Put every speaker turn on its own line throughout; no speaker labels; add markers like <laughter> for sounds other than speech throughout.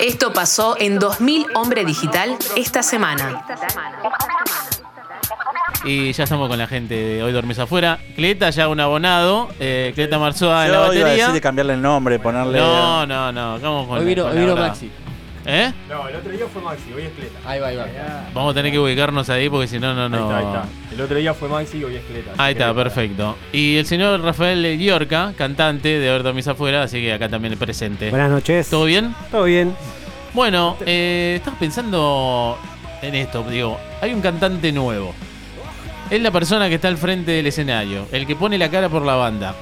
Esto pasó en 2000 Hombre Digital esta semana.
Y ya estamos con la gente de Hoy Dormís Afuera. Cleta ya un abonado. Eh, Cleta Marzoa en la
Yo iba a
batería.
decir de cambiarle el nombre, ponerle.
No, no, no. Vamos con
Hoy vino,
con
hoy
la
vino
brava.
Maxi.
¿Eh?
No, el otro día fue Maxi, hoy es Cleta.
Ahí va, ahí va.
Vamos a tener que ubicarnos ahí porque si no, no,
Ahí
no.
está, ahí está. El otro día fue Maxi, hoy es Cleta. así
Ahí
que-
está, perfecto. Y el señor Rafael Llorca, cantante de Hoy Dormís Afuera, así que acá también presente.
Buenas noches.
¿Todo bien?
Todo bien.
Bueno, eh, estaba pensando en esto, digo, hay un cantante nuevo. Es la persona que está al frente del escenario, el que pone la cara por la banda.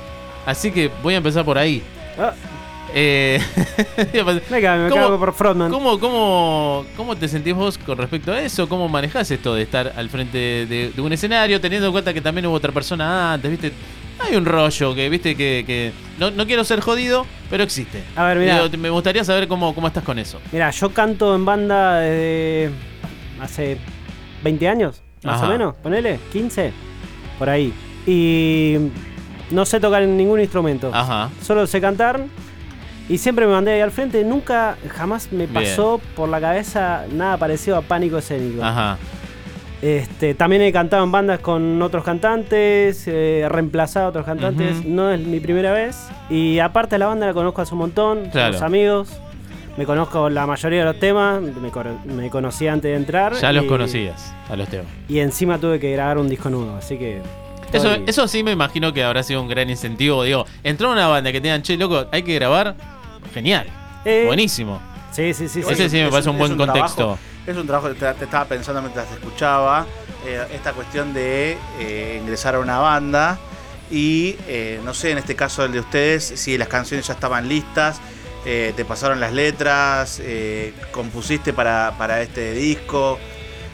Así que voy a empezar por ahí.
Ah.
Eh, <laughs>
Me cago, me
¿Cómo-
cago por Frontman.
¿Cómo, cómo, ¿Cómo te sentís vos con respecto a eso? ¿Cómo manejás esto de estar al frente de, de un escenario, teniendo en cuenta que también hubo otra persona antes, viste? Hay un rollo que, viste, que... que- no, no quiero ser jodido, pero existe.
A ver, mirá.
Digo, te- me gustaría saber cómo, cómo estás con eso.
Mira, yo canto en banda desde hace 20 años, más
Ajá.
o menos, ponele, 15, por ahí. Y no sé tocar ningún instrumento.
Ajá.
Solo sé cantar y siempre me mandé ahí al frente. Nunca, jamás me
Bien.
pasó por la cabeza nada parecido a pánico escénico.
Ajá.
Este, también he cantado en bandas con otros cantantes, eh, he reemplazado a otros cantantes,
Ujú.
no es mi primera vez. Y aparte la banda la conozco hace un montón,
Claro.
los amigos, me conozco la mayoría de los temas, me, cono- me conocí antes de entrar.
Ya los
y-
conocías, a los temas.
Y encima tuve que grabar un disco nuevo, así que...
Eso,
estoy-
eso sí me imagino que habrá sido un gran incentivo. Digo, entró una banda que tengan, che, loco, hay que grabar. Genial.
Eh,
Buenísimo.
Sí, sí, sí. sí.
Ese sí me
es
parece un buen
es
contexto.
trabajo- es un trabajo que te, te estaba pensando mientras te escuchaba. eh, esta cuestión de eh, ingresar a una banda. Y eh, no sé, en este caso el de ustedes, si las canciones ya estaban listas, eh, te pasaron las letras, eh, compusiste para, para este disco.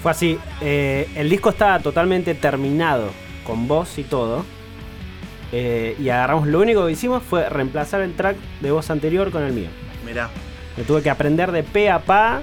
Fue así, eh, el disco estaba totalmente terminado, con voz y todo. eh, y agarramos, lo único que hicimos fue reemplazar el track de voz anterior con el mío.
Mirá.
Me tuve que aprender de pe a pa.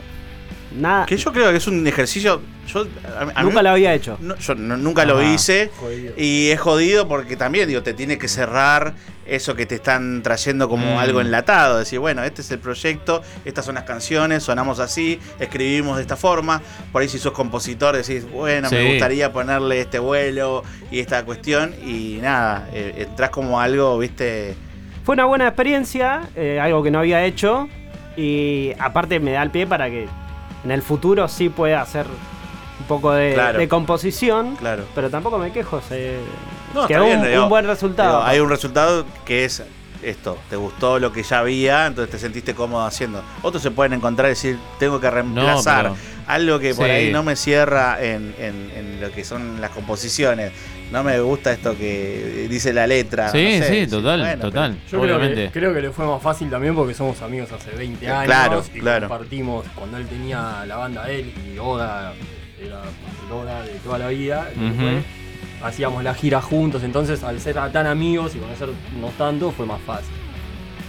Nada.
Que yo creo que es un ejercicio. Yo, a- a mí-
Nunca lo había hecho.
No, yo no- nunca lo
Ajá.
hice
Jodido.
y es jodido porque también digo, te tiene que cerrar eso que te están trayendo como
Mm.
algo enlatado. Decir, bueno, este es el proyecto, estas son las canciones, sonamos así, escribimos de esta forma. Por ahí si sos compositor decís, bueno,
Sí.
me gustaría ponerle este vuelo y esta cuestión y nada, eh, entras como algo, viste...
Fue una buena experiencia, eh, algo que no había hecho. Y aparte me da el pie para que en el futuro sí pueda hacer un poco de,
Claro.
de composición.
Claro.
Pero tampoco me quejo. Se...
No,
quedó
está bien,
un,
digo,
un buen resultado.
Digo, hay un resultado que es esto, te gustó lo que ya había, entonces te sentiste cómodo haciendo. Otros se pueden encontrar y decir, tengo que reemplazar
pero-
algo que por
Sí.
ahí no me cierra en, en- en lo que son las composiciones. No me gusta esto que dice la letra.
sí,
no sé,
sí,
decir,
total,
bueno,
total.
Yo creo
obviamente. Eh,
que, creo que le fue más fácil también porque somos amigos hace 20 años.
Claro,
y
claro.
Compartimos cuando él tenía la banda de él y Oda, era el Oda de toda la vida. el que
Ujú.
fue, Hacíamos la gira juntos, entonces al ser tan amigos y conocernos tanto fue más fácil.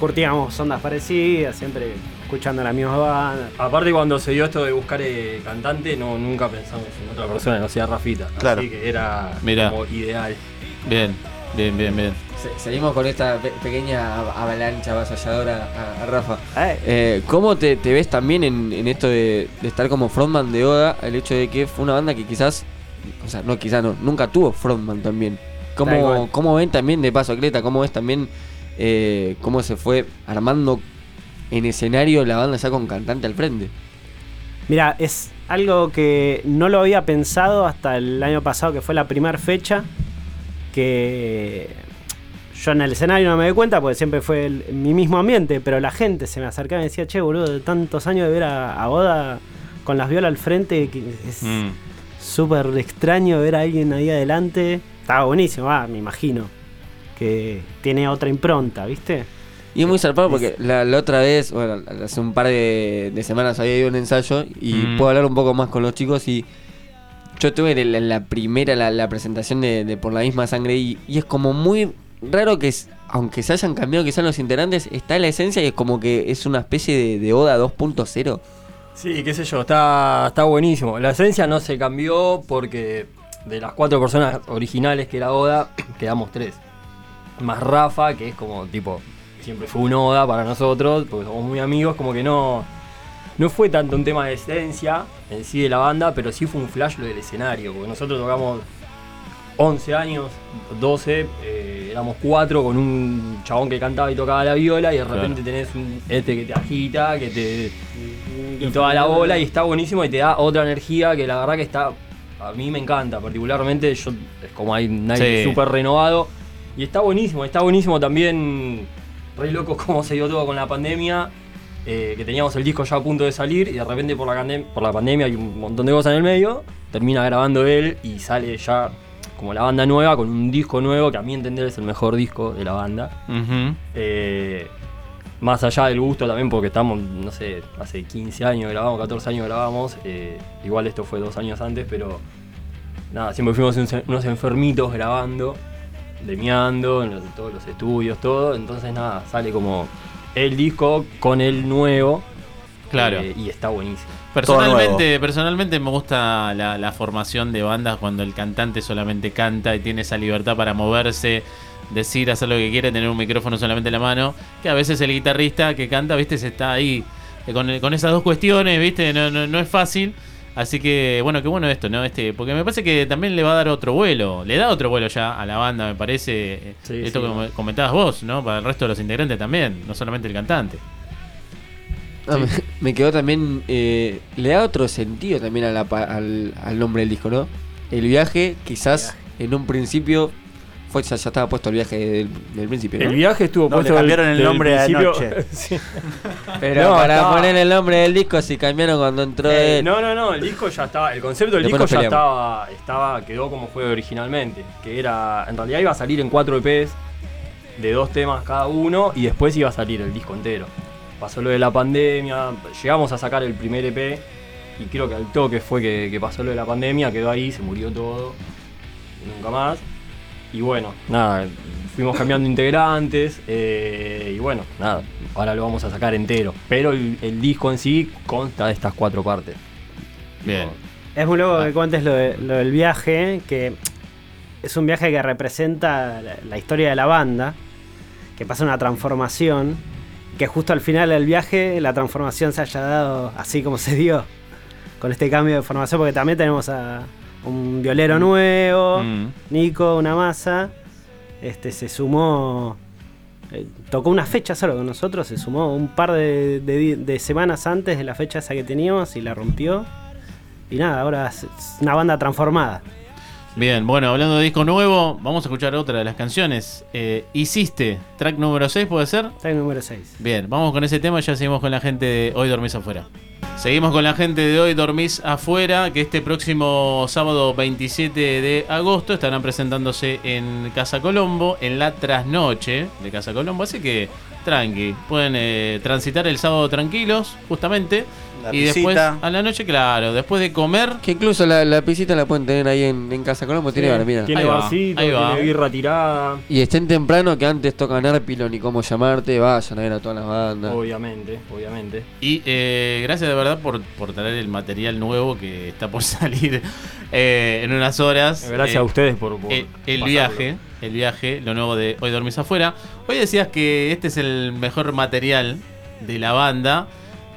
Curtíamos ondas parecidas, siempre escuchando las mismas bandas.
Aparte cuando se dio esto de buscar eh, cantante, no, nunca pensamos en otra persona, no sea Rafita.
Claro.
Así que era
Mirá.
como ideal.
Bien, bien, bien, bien.
Se- Seguimos con esta pe- pequeña av- avalancha avasalladora a, a Rafa.
Eh,
Eh, ¿Cómo te, te ves también en, en esto de, de estar como frontman de Oda? El hecho de que fue una banda que quizás, o sea, no, quizás no, nunca tuvo frontman también.
Tal
¿Cómo,
cual.
cómo ven también, de paso, Cleta, cómo ves también eh, cómo se fue armando en escenario la banda ya con cantante al frente?
Mira, es algo que no lo había pensado hasta el año pasado, que fue la primera fecha, que yo en el escenario no me di cuenta, porque siempre fue el- mi mismo ambiente, pero la gente se me acercaba y me decía, che, boludo, de tantos años de ver a, a Boda con las violas al frente, que es
Mm.
súper extraño ver a alguien ahí adelante. Estaba buenísimo, ah, me imagino, que tiene otra impronta, ¿viste?
Y es muy zarpado porque la, la otra vez, bueno, hace un par de, de semanas había ido a un ensayo y
Mm.
puedo hablar un poco más con los chicos y yo tuve la, la primera, la, la presentación de, de Por la misma sangre y, y es como muy raro que, es, aunque se hayan cambiado quizás los integrantes, está la esencia y es como que es una especie de, de Oda 2.0.
Sí, qué sé yo, está, está buenísimo. La esencia no se cambió porque de las cuatro <clears throat> personas originales que era Oda, quedamos tres. Más Rafa, que es como tipo siempre fue un oda para nosotros, porque somos muy amigos, como que no. No fue tanto un tema de esencia en sí de la banda, pero sí fue un flash lo del escenario, porque nosotros tocamos 11 años, 12, eh, éramos cuatro con un chabón que cantaba y tocaba la viola y de repente tenés un este que te agita, que te y toda la bola y está buenísimo y te da otra energía que la verdad que está a mí me encanta, particularmente yo es como hay nadie
Sí.
súper renovado y está buenísimo, está buenísimo también re loco <laughs> cómo se dio todo con la pandemia. eh, que teníamos el disco ya a punto de salir y de repente por la, candem- por la pandemia hay un montón de cosas en el medio, termina grabando él y sale ya como la banda nueva con un disco nuevo que a mi entender es el mejor disco de la banda.
Ujú.
Eh, más allá del gusto también porque estamos, no sé, hace 15 años grabamos, 14 años grabamos, eh, igual esto fue dos años antes, pero nada, siempre fuimos un- unos enfermitos grabando, demiando en los- todos los estudios, todo, entonces nada, sale como el disco con el nuevo.
Claro.
eh, y está buenísimo.
Personalmente, personalmente me gusta la, la formación de bandas cuando el cantante solamente canta y tiene esa libertad para moverse, decir, hacer lo que quiere, tener un micrófono solamente en la mano. Que a veces el guitarrista que canta, viste, se está ahí eh, con, con esas dos cuestiones, viste, no, no, no es fácil. Así que, bueno, qué bueno esto, ¿no? Este, porque me parece que también le va a dar otro vuelo, le da otro vuelo ya a la banda, me parece. eh,
Sí,
esto
sí.
que comentabas vos, ¿no? Para el resto de los integrantes también, no solamente el cantante.
Ah, me, <laughs> me quedó también. eh, le da otro sentido también a la pa- al, al nombre del disco, ¿no? El viaje, quizás en un principio. Fue, ya, ya estaba puesto el viaje del, del principio, ¿no?
El viaje estuvo
No, le
puesto del-
cambiaron el
del
nombre
principio.
anoche.
Sí. No,
Pero para
estaba-
poner el nombre del disco, si cambiaron cuando entró
Eh,
él.
no, no, no, el disco ya estaba, el concepto del
Después
disco
nos
ya estaba,
peleamos.
estaba, quedó como fue originalmente, que era, en realidad iba a salir en cuatro EPs de dos temas cada uno y después iba a salir el disco entero. Pasó lo de la pandemia, llegamos a sacar el primer EP y creo que al toque fue que, que pasó lo de la pandemia, quedó ahí, se murió todo, nunca más. Y bueno, nada, fuimos cambiando <laughs> integrantes eh, y bueno, nada, ahora lo vamos a sacar entero. Pero el, el disco en sí consta de estas cuatro partes.
Bien.
Es muy loco que cuentes lo, de- lo del viaje, que es un viaje que representa la, la historia de la banda, que pasa una transformación, que justo al final del viaje la transformación se haya dado así como se dio, con este cambio de formación, porque también tenemos a un violero nuevo,
Mm.
Nico, una masa, este, se sumó, eh, tocó una fecha solo con nosotros, se sumó un par de, de di- de semanas antes de la fecha esa que teníamos y la rompió. Y nada, ahora es es una banda transformada.
Bien, bueno, hablando de disco nuevo, vamos a escuchar otra de las canciones. Eh, Hiciste, track número 6, ¿puede ser?
Track número 6.
Bien, vamos con ese tema y ya seguimos con la gente de Hoy Dormís Afuera. Seguimos con la gente de Hoy Dormís Afuera, que este próximo sábado 27 de agosto estarán presentándose en Casa Colombo, en la trasnoche de Casa Colombo. Así que, tranqui, pueden eh, transitar el sábado tranquilos, justamente.
La
y después,
risita.
a la noche, claro, después de comer,
Que incluso la, la piscita la pueden tener ahí en, en Casa Colombo, tiene ahora, mira.
Tiene
Ahí va,
vasito,
ahí va.
tiene birra tirada,
Y estén temprano que antes tocan Arpilo ni cómo llamarte, vayan a ver a todas las bandas.
obviamente, obviamente.
Y eh, gracias de verdad por, por traer el material nuevo que está por <laughs> salir eh, en unas horas.
Gracias
Eh,
a ustedes por, por
eh, El,
pasarlo.
viaje, el viaje, lo nuevo de Hoy Dormís Afuera. Hoy decías que este es el mejor material de la banda.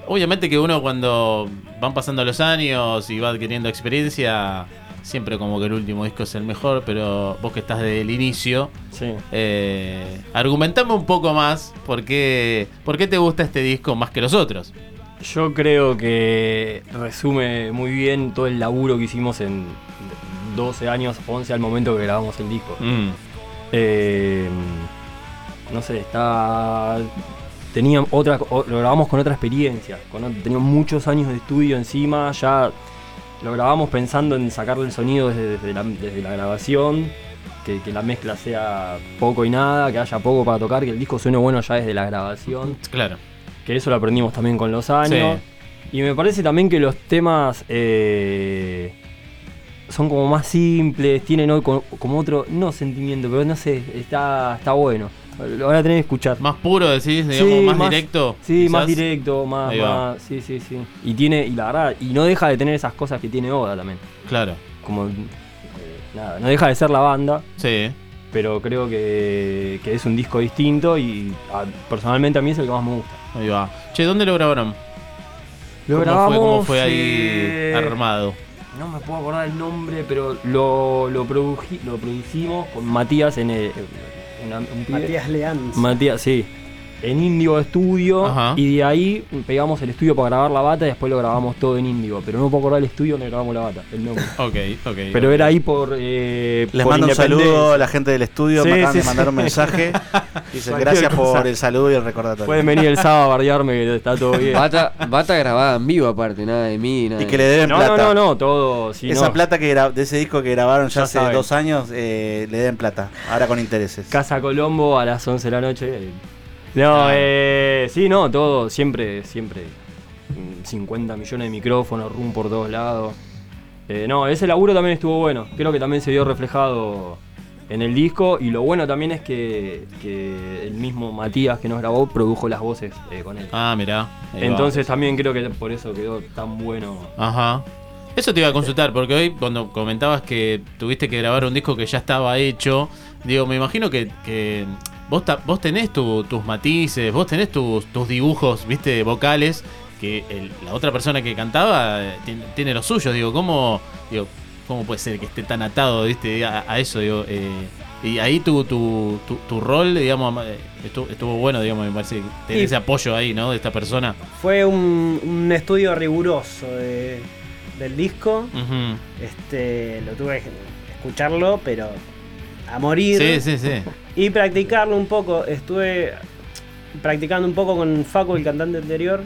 Obviamente que uno cuando van pasando los años y va adquiriendo experiencia, siempre como que el último disco es el mejor, pero vos que estás desde el inicio,
Sí.
eh, argumentame un poco más por qué, por qué te gusta este disco más que los otros.
Yo creo que resume muy bien todo el laburo que hicimos en 12 años, 11 al momento que grabamos el disco.
Mm.
Eh, no sé, está. Tenía otra. o- Lo grabamos con otra experiencia. Con, ot- teníamos muchos años de estudio encima. Ya lo grabamos pensando en sacarle el sonido desde, desde la, desde la grabación. Que, que la mezcla sea poco y nada, que haya poco para tocar, que el disco suene bueno ya desde la grabación
Claro.
que eso lo aprendimos también con los años. Y me parece también que los temas eh, son como más simples, tienen hoy co- como otro, no sentimiento, pero no sé, está, está bueno. Lo van a tener que escuchar.
Más puro, decís, digamos,
Sí,
más, directo.
Sí, más
quizás.
directo, más,
Ahí va.
más- Sí, sí, sí. Y tiene, y la verdad, y no deja de tener esas cosas que tiene Oda también.
Claro,
Como, eh, nada, no deja de ser la banda,
sí.
pero creo que, que es un disco distinto y a- personalmente a mí es el que más me gusta.
Ahí va. Che, ¿dónde lo grabaron?
Lo
¿Cómo
grabamos,
fue, cómo fue ahí
eh,
armado?
No me puedo acordar el nombre, pero lo, lo, produji- lo producimos con Matías en el, una- un pibe-
Matías Leanz.
Matías, sí. En Índigo Estudio.
Ajá.
Y de ahí pegamos el estudio para grabar la bata y después lo grabamos todo en Índigo. Pero no me puedo acordar el estudio donde grabamos la bata, el nombre.
Ok, ok.
Pero era ahí por. eh,
Les
por
mando un
Independencia.
saludo a la gente del estudio,
Sí,
me acaban
sí,
de mandar
sí.
un
<laughs>
mensaje. Dicen
Cualquier
gracias
cosa.
por el saludo y el recordatorio.
Pueden venir el sábado a bardearme que está todo bien.
Bata, bata grabada en vivo aparte, nada de mí, nada
y
de-
que le deben
No, no,
plata.
no, no, todo. Si
Esa
no,
plata que gra- de ese disco que grabaron ya,
Ya
hace
saben.
dos años, eh, le deben plata. Ahora con intereses.
Casa Colombo a las 11 de la noche. eh.
Ah.
No, eh, sí, no, todo, siempre, siempre. mm, 50 millones de micrófonos, room por todos lados. Eh, no, ese laburo también estuvo bueno. Creo que también se vio reflejado en el disco. Y lo bueno también es que, que el mismo Matías que nos grabó produjo las voces eh, con él.
Ah, mirá. ahí va.
Entonces también creo que por eso quedó tan bueno.
Ajá. Eso te iba a consultar, porque hoy cuando comentabas que tuviste que grabar un disco que ya estaba hecho, digo, me imagino que, que vos, ta- vos tenés tu- tus matices, vos tenés tus, tus dibujos, viste, vocales, que el- la otra persona que cantaba eh, tiene, tiene los suyos, digo, ¿cómo, digo, ¿cómo puede ser que esté tan atado, viste, a, a eso, digo? eh, y ahí tu, tu, tu, tu rol, digamos, eh, estuvo, estuvo bueno, digamos, me parece, tener
Y-
ese apoyo ahí, ¿no? De esta persona.
Fue un, un estudio riguroso de- del disco.
Ujú.
Este, lo tuve que escucharlo, pero a morir.
Sí, sí, sí.
Y practicarlo un poco. Estuve practicando un poco con Facu, el cantante anterior.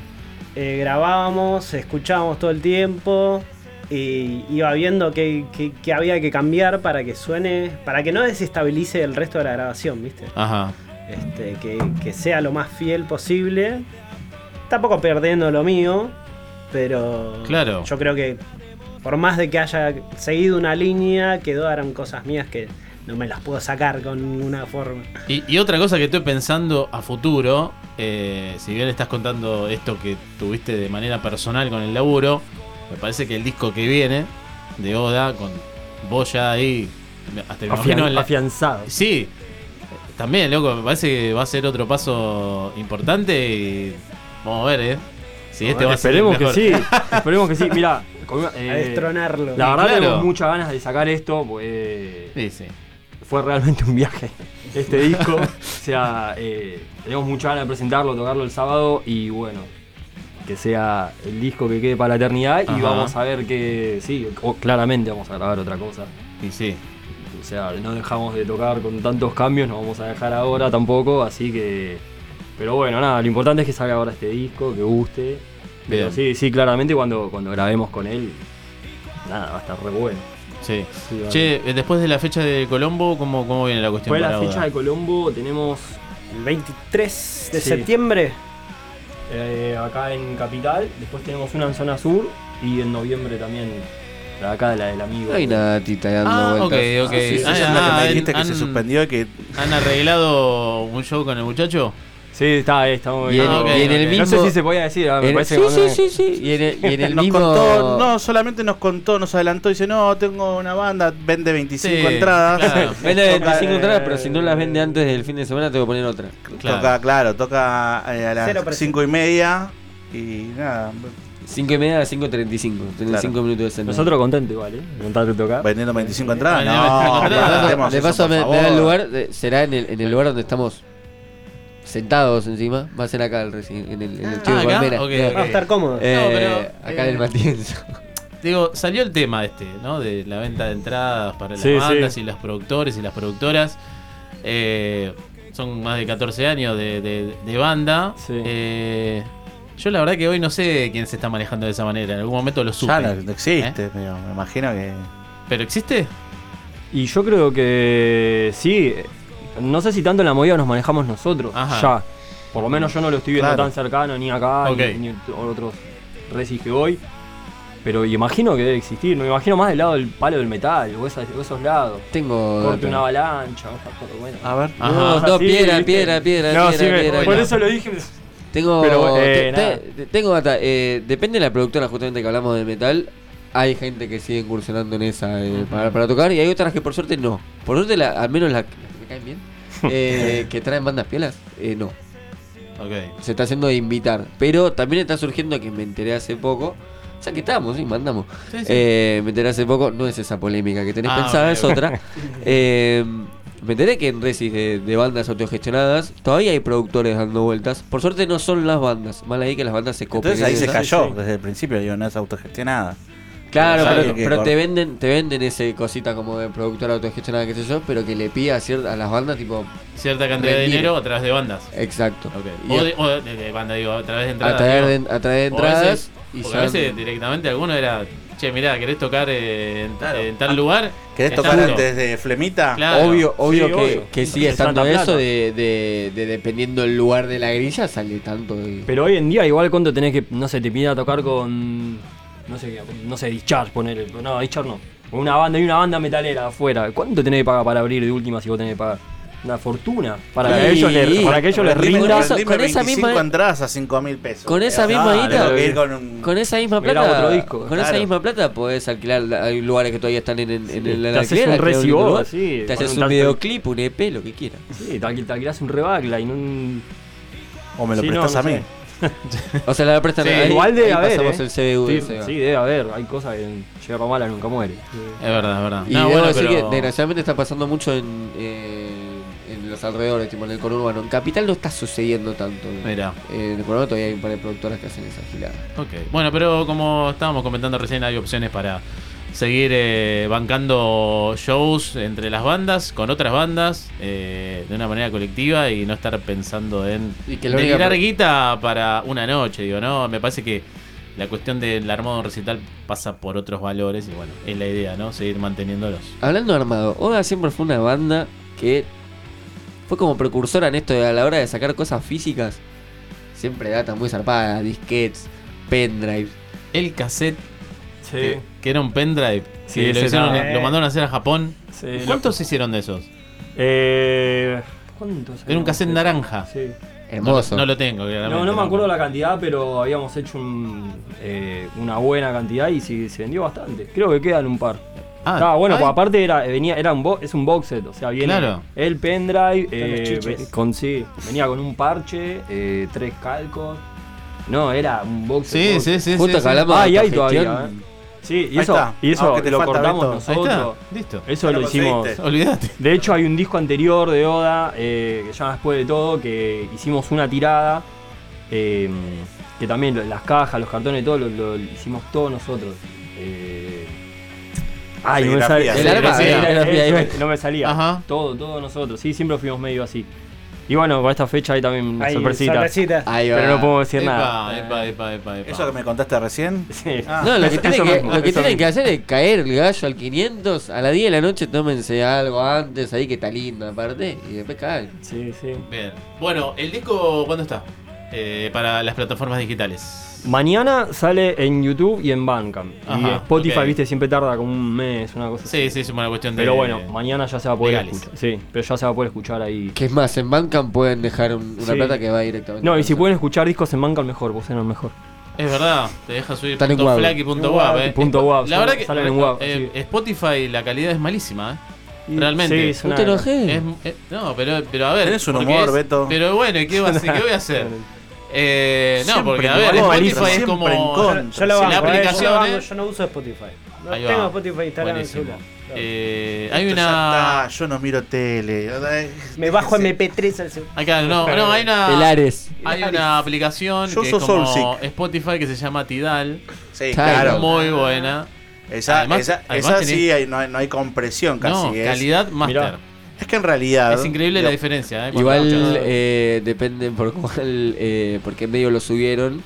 Eh, grabábamos, escuchábamos todo el tiempo. Y iba viendo qué, qué- qué había que cambiar para que suene. Para que no desestabilice el resto de la grabación, ¿viste?
Ajá.
Este, que, que sea lo más fiel posible. Tampoco perdiendo lo mío, pero
Claro.
yo creo que por más de que haya seguido una línea, quedaron cosas mías que no me las puedo sacar con ninguna forma.
Y, y otra cosa que estoy pensando a futuro, eh, si bien estás contando esto que tuviste de manera personal con el laburo, me parece que el disco que viene de Oda, con vos ya ahí, hasta me imagino
Afian-
en la-
Afianzado.
Sí, también, loco, me parece que va a ser otro paso importante y vamos a ver, ¿eh? Si este va a ser el
Esperemos que
mejor.
sí. Esperemos que sí. eh, Mira,
A destronarlo.
La verdad
claro.
tenemos muchas ganas de sacar esto, porque,
Sí,
eh,
sí.
fue realmente un viaje <laughs> este disco. o sea, eh, tenemos muchas ganas de presentarlo, tocarlo el sábado y bueno, que sea el disco que quede para la eternidad y
Ajá.
vamos a ver que sí, o- claramente vamos a grabar otra cosa.
Y sí.
O sea, no dejamos de tocar con tantos cambios, no vamos a dejar ahora tampoco, así que... Pero bueno, nada, lo importante es que salga ahora este disco, que guste. Pero
Bien.
sí, sí, claramente cuando, cuando grabemos con él, nada, va a estar re bueno.
Sí.
Sí, va.
Che, eh, después de la fecha de Colombo, ¿cómo, cómo viene la cuestión?
Fue la
para Oda?
fecha de Colombo, tenemos
El 23 de
Sí.
septiembre,
eh, acá en Capital, después tenemos una en Zona Sur y en noviembre también la de acá, la del amigo.
No hay nada tita dando
Ah, ok,
vueltas.
ok.
Sí, sí,
Ah,
esa es la que
ah,
me dijiste
han-
que se
han-
suspendió y que
¿Han arreglado un show con el muchacho?
Sí, está, ahí, está muy
Y
bien.
en,
Ah, ok,
y en el
ok.
mismo.
No sé si se podía decir, ah, me
en-
parece
sí,
que
sí, sí, sí. Y en el, y en <laughs> el
nos
mismo.
contó, no, solamente nos contó, nos adelantó, dice, no, tengo una banda, vende 25
Sí,
entradas. <laughs>
claro.
Vende
Toca,
25 entradas,
eh,
pero si no las vende antes del fin de semana, tengo que poner otra.
Claro.
Toca, claro, toca eh, a
Cero
las
presión.
5 y media y nada,
5 y media a 5.35. Tenés
Claro.
5 minutos de senda.
Nosotros contentos igual, ¿eh? Contar que tocar.
vendiendo 25 entradas.
Vendiendo 25
No,
entradas.
no hacemos
De paso, de
eso,
paso
por
me, me da
favor.
el lugar, eh, será en el, en el lugar donde estamos sentados encima. Va a ser acá el, reci- en el, en el Chivo
Ah, ¿acá?
Palmera.
Ok,
Claro.
va a estar cómodo.
Eh,
No, pero,
acá
eh,
en el Matienzo. <laughs>
Digo, salió el tema este, ¿no? De la venta de entradas para las
Sí,
bandas
sí.
y los productores y las productoras. Eh, son más de 14 años de, de- de banda.
Sí.
Eh, yo la verdad que hoy no sé quién se está manejando de esa manera. En algún momento lo supe.
Ya no, no existe, digo, me imagino que...
¿Pero existe?
Y yo creo que sí. No sé si tanto en la movida nos manejamos nosotros.
Ajá.
Ya. Por lo menos yo no lo estoy viendo
Claro.
tan cercano, ni acá,
Ok.
ni, ni en otros recis que voy. Pero imagino que debe existir. Me imagino más del lado del palo del metal, o, esas- o esos lados.
Tengo.
Corte
data.
una avalancha, un factor bueno.
A ver.
Ajá.
No, no,
Así,
piedra,
¿viste?
piedra, piedra,
No,
piedra,
sí, me-
piedra.
por eso lo dije.
Tengo,
Pero, eh,
te- te-
nada.
te- tengo data. Eh, depende de la productora justamente que hablamos de metal. Hay gente que sigue incursionando en esa eh, para, para tocar y hay otras que por suerte no. Por suerte, la- al menos la, las que
<laughs>
caen bien, eh, que traen bandas piolas, eh, no.
Ok.
Se está haciendo de invitar. Pero también está surgiendo que me enteré hace poco. O sea que estamos, sí, mandamos.
Sí, sí.
Eh, me enteré hace poco, no es esa polémica que tenés
Ah,
pensada,
ok,
es
ok.
otra. Eh, me enteré que en resis de, de bandas autogestionadas todavía hay productores dando vueltas. Por suerte no son las bandas. Mal ahí que las bandas se copian.
Entonces ahí se
¿no?
cayó
Sí, sí.
desde el principio, digo, no es autogestionada.
Claro,
Claro,
pero,
que
pero
cor-
te venden te venden ese cosita como de productor autogestionada, qué sé yo, pero que le pida a, cier- a las bandas tipo...
Cierta cantidad de
Rendir.
dinero a través de bandas.
Exacto.
Ok.
Y
O,
a-
de, o de- de banda, digo, a través de
a,
entradas.
traer
digo.
de, a traer
O a
entradas
veces-
y
porque a
ya-
veces directamente alguno era, che, mirá, ¿querés tocar eh, en,
Claro.
en tal lugar?
¿Querés
Está
tocar
bueno.
antes de Flemita?
Claro.
Obvio, obvio
Sí,
que,
obvio.
que sigue
Es tanta
estando eso
plata.
de, de- de dependiendo el lugar de la grilla, sale tanto. de-
Pero hoy en día igual cuánto tenés que, no sé, te piden a tocar con, no sé, qué, no sé, Discharge, poner, no, Discharge no, con una banda y una banda metalera afuera, ¿cuánto tenés que pagar para abrir de última si vos tenés que pagar? Una fortuna, para que
Y-
ellos les, para que ellos les
Rendime-
rinda,
con esa- con esa
25
misma-
entradas a 5 mil pesos.
Con esa misma
Claro,
guita,
tengo que ir con un-
con esa misma
Me
plata,
grabo otro disco,
con esa
claro.
misma plata podés alquilar, la- hay lugares que todavía están en, en, en el
te haces
alquiler,
un
alquilar
recibo,
lugar,
sí,
te
con
haces
un
un
tanto-
videoclip, un EP, lo que quieras.
sí, te alquil- te alquilás un rebagla y un...
¿O me lo
Sí, no,
prestás
no
a mí?
sé.
O sea, la prestan
Sí,
ahí,
Igual debe
ahí
haber,
pasamos
eh.
el CBU. de
sí,
Seba.
sí, debe haber, hay cosas que Yerba Mala nunca muere.
Es verdad, es verdad.
Y
No,
debo
bueno,
decir
pero-
que desgraciadamente está pasando mucho en, eh, en los alrededores, tipo en el conurbano. En Capital no está sucediendo tanto.
Mirá.
Eh, en el conurbano todavía hay un par de productoras que hacen esa gilada.
Ok. Bueno, pero como estábamos comentando recién, hay opciones para seguir eh, bancando shows entre las bandas, con otras bandas, eh, de una manera colectiva y no estar pensando en
Y que la única
tirar
per-
guita para una noche, digo, ¿no? Me parece que la cuestión del armado de un recital pasa por otros valores y bueno, es la idea, ¿no? Seguir manteniéndolos.
Hablando de armado, Oda siempre fue una banda que fue como precursora en esto de a la hora de sacar cosas físicas. Siempre data muy zarpada, disquets, pendrives.
El cassette,
Sí,
que, que era un pendrive,
Sí,
que lo,
ese
hicieron-
era-
lo mandaron a hacer a Japón.
sí.
¿Cuántos hicieron de esos?
Eh, ¿Cuántos?
Era un cassette naranja.
Sí.
Hermoso.
No, lo tengo, claramente.
No, no me acuerdo la cantidad, pero habíamos hecho un, eh, una buena cantidad y sí, se vendió bastante. Creo que quedan un par.
Ah,
Estaba bueno,
ay.
pues aparte era, venía, era un bo- es un box set, o sea, viene
Claro.
el pendrive,
Están los
eh,
chiches.
ven- con sí, venía con un parche, eh, tres calcos. No, era un box set.
Sí,
box
sí,
set.
sí.
Justo
sí,
que hablamos
Ah, y
de
hay
autogestión,
todavía, eh. Sí, y
Ahí
eso,
está.
y eso
Aunque te
lo
falta,
cortamos
Beto.
Ahí está,
nosotros.
listo. <laughs>
Eso
Ya
lo
lo
hicimos.
conseguiste.
Olvídate.
De hecho, hay un disco anterior de Oda, eh, que se llama Después de Todo, que hicimos una tirada, eh, que también lo- las cajas, los cartones, todo lo, lo hicimos todos nosotros. Eh, ay, no me
Serigrafía,
salía.
El arma,
serigrafía.
serigrafía, ahí va.
no me salía.
Ajá.
Todo, todos nosotros. Sí, siempre fuimos medio así. Y bueno, para esta fecha hay también una
Ahí,
sorpresita.
sorpresita.
Ahí va.
Pero no podemos decir nada.
Epa, epa, epa, epa, epa.
¿Eso que me contaste recién?
Sí.
Ah.
No, lo que,
Eso
tienen, que,
mismo,
lo que
eso
tienen que
mismo.
hacer es caer el gallo al 500. A las 10 de la noche tómense algo antes ahí que está lindo, aparte. Y después caen.
<laughs> Sí, sí.
Bien. Bueno, ¿el disco cuándo está? Eh, para las plataformas digitales.
Mañana sale en YouTube y en Bandcamp. y
Ajá,
Spotify,
ok.
viste, siempre tarda como un mes, una cosa
Sí, sí, es una cuestión de.
Pero bueno, mañana ya se va a poder
Eh, legales.
escuchar. Sí, pero ya se va a poder escuchar ahí.
Que es más, en Bandcamp pueden dejar un- una
Sí.
plata que va directamente.
No,
al
y si
concierto.
pueden escuchar discos en Manca, mejor, vos eran mejor.
Es verdad, te deja subir
Están en
punto
WAV.
flac y punto WAV, eh.
Punto WAV,
La verdad que
salen en WAV,
eh,
sí.
Spotify la calidad es malísima, eh.
Y-
Realmente.
Sí, es
No
una-
te enojes.
Es- eh, no, pero, pero a ver.
Tenés un
porque
humor,
es-
Beto.
Pero bueno, ¿y ¿qué, voy a hacer? ¿Qué voy a
<laughs>
hacer? Eh, no,
Siempre
porque a
en
ver,
contra,
Spotify es
siempre
como.
en contra.
Yo lo
Si
banco,
la
eh,
aplicación,
yo, lo banco,
eh.
yo no uso Spotify. No
Ahí va.
tengo Spotify instalado en el
Buenísimo.
celular. Claro.
Eh, hay
Esto ya
una.
está, yo no miro tele.
Me bajo MP3 al celular.
Acá, no, no, hay una.
El Ares.
Hay una aplicación
Yo
que es
uso
como
Soulseek.
Spotify que se llama Tidal.
Sí,
Claro.
Es
claro.
muy buena.
Esa,
Además-
esa,
además
esa
tenés-
sí, hay- no, hay, no hay compresión casi.
no,
es,
calidad master.
Mirá.
es que en realidad.
Es increíble la
digo,
diferencia. eh, cuando
Igual
escuchas.
eh, depende por <laughs> cuál, eh, por qué medio lo subieron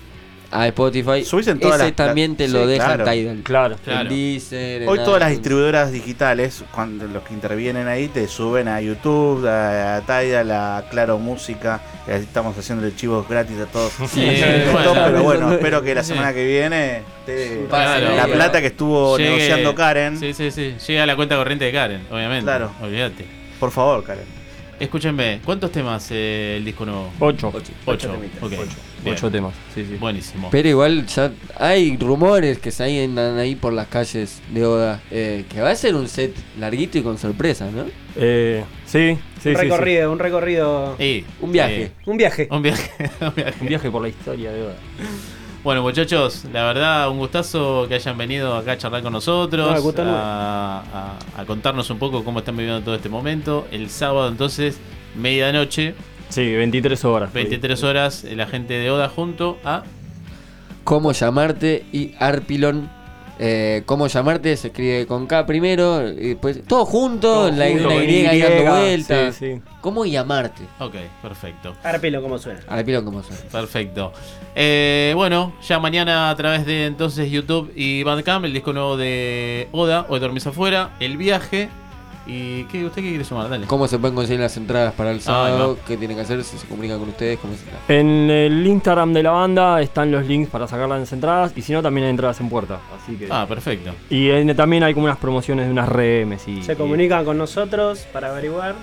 a Spotify.
Subís en todas
Ese
las-
también te lo
sí,
deja
claro.
en Tidal.
Claro.
Claro.
En Deezer, en
Hoy todas las
Amazon.
distribuidoras digitales, cuando los que intervienen ahí, te suben a YouTube, a, a Tidal, a Claro Música. y así Estamos haciendo chivos gratis a todos.
Sí,
<laughs> Esto,
bueno.
pero bueno, espero que la
Sí.
semana que viene te-
Claro.
la plata que estuvo
Llegue-
negociando Karen.
Sí, sí, sí. Llega a la cuenta corriente de Karen, obviamente.
Claro.
Olvídate.
Por favor, Karen.
Escúchenme, ¿cuántos temas eh, el disco nuevo?
Ocho.
Ocho.
temitas.
ok,
Ocho.
bien.
Ocho temas. Sí, sí.
Buenísimo.
Pero igual ya hay rumores que salen ahí por las calles de Oda. eh, que va a ser un set larguito y con sorpresas, ¿no?
Eh, sí, sí,
un
sí, sí.
recorrido, un recorrido.
Y,
Un viaje.
eh,
Un viaje.
un viaje. <laughs> un viaje.
Un viaje por la historia de Oda.
Bueno, muchachos, la verdad, un gustazo que hayan venido acá a charlar con
No, el
nosotros,
gusto es
a, a- a contarnos un poco cómo están viviendo todo este momento. El sábado, entonces, medianoche,
Sí, 23 horas.
23 horas, la gente de Oda junto a.
Cómo llamarte y Arpilon. eh, cómo llamarte se escribe con K primero. Y después, todo junto,
Todo
la
junto,
una
con
Y ahí
Y,
dando vueltas.
sí, sí.
¿Cómo llamarte?
Ok, perfecto.
Arpilo, como suena.
Arpilon, ¿cómo suena?
Perfecto. Eh, bueno, ya mañana a través de entonces YouTube y Bandcamp, el disco nuevo de Oda, Hoy dormís afuera, El viaje. ¿Y qué, usted qué quiere sumar? Dale.
¿Cómo se pueden conseguir las entradas para el sábado?
ahí
¿Qué tienen que hacer? Si se comunican con ustedes, ¿cómo se está?
En el Instagram de la banda están los links para sacar las entradas y si no también hay entradas en puerta. Así que.
Ah, perfecto.
Y en- también hay como unas promociones de unas remes y.
Se comunican con nosotros para averiguar.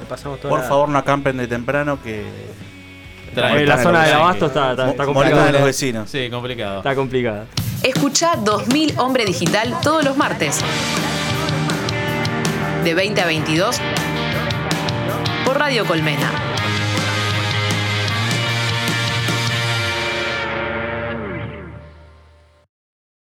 Le pasamos todo.
Por favor, no acampen de temprano que
y-
Trae.
Eh, la zona del
Sí,
abasto está, está, está
mo- molestan a los
complicada.
vecinos.
Sí, complicado.
Está complicada.
Escucha 2000 Hombre Digital todos los martes. De 20 a 22 por Radio Colmena.